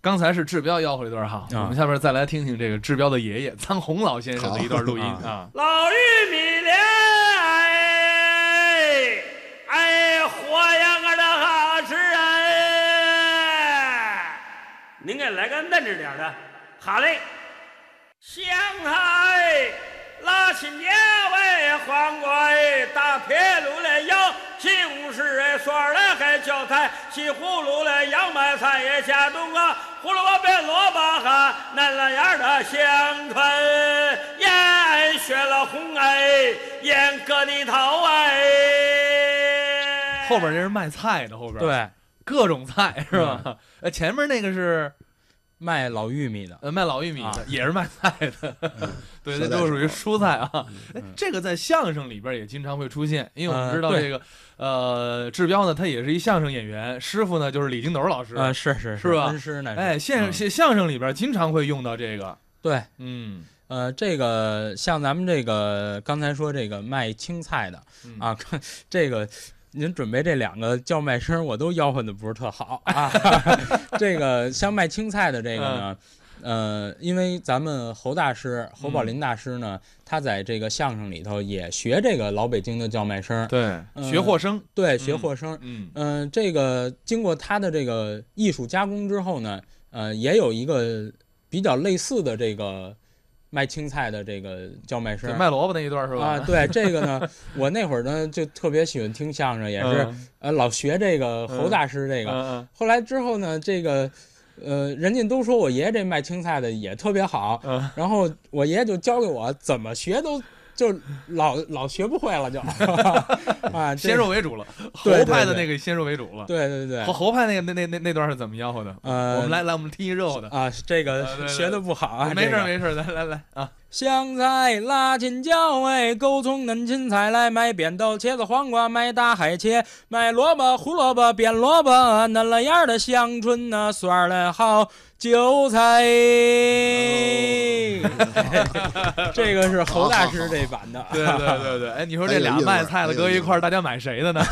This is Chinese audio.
刚才是志彪吆喝了一段哈，啊我们下边再来听听这个志彪的爷爷苍洪老先生的一段录音好啊。老玉米嘞，哎，哎，活呀个的好吃哎！您给来个嫩着点的，好嘞。香菜、拉青椒哎，黄瓜哎，大撇芦嘞，腰西红柿哎，蒜嘞还韭菜，西葫芦嘞，洋白菜哎，下冬瓜，胡萝卜变萝卜哈，那那样的香椿呀，学了红哎，腌疙瘩头哎。后边这是卖菜的，后边对，嗯各种菜是吧？呃，前面那个是卖老玉米的，呃卖老玉米的啊，嗯也是卖菜的， 对，那实在都是属于蔬菜啊。哎这个在相声里边也经常会出现，因为我们呃知道对这个呃志彪呢，他也是一相声演员，师傅呢就是李金斗老师。呃，是是是吧恩师那是，哎，相嗯相相声里边经常会用到这个，对，嗯呃，这个像咱们这个刚才说这个卖青菜的嗯啊， 这个您准备这两个叫卖声，我都吆喝的不是特好啊。 这个像卖青菜的这个呢，呃，因为咱们侯大师侯宝林大师呢，他在这个相声里头也学这个老北京的叫卖声，对，嗯学获生，对，学获声。嗯嗯、这个经过他的这个艺术加工之后呢，呃，也有一个比较类似的这个卖青菜的这个叫卖对声。卖萝卜那一段是吧？啊，对这个呢， 我那会儿呢就特别喜欢听相声，也是、嗯呃老学这个侯大师这个。嗯后来之后呢，这个呃人家都说我爷爷这卖青菜的也特别好，嗯然后我爷爷就教给我怎么学都就老老学不会 了就啊，这先入为主了，侯对对派的对那个先入为主了。对对对侯，侯派那个那那那那段是怎么吆喝的？呃，我们来来，我们听一热乎的。啊，啊这对个对学的不好啊，没事这儿个没事儿，来来来 啊，香菜、辣青椒，哎，勾葱、嫩青菜来买扁豆、茄子、黄瓜，买大海茄，买萝卜、胡萝卜、扁萝卜，那了样儿的香椿呐、蒜儿嘞好 韭菜。哦 这个是侯大师这版的。啊对对对对，哎，你说这哎有俩意思卖了菜的哎有搁意一 思块儿，大家买谁的呢？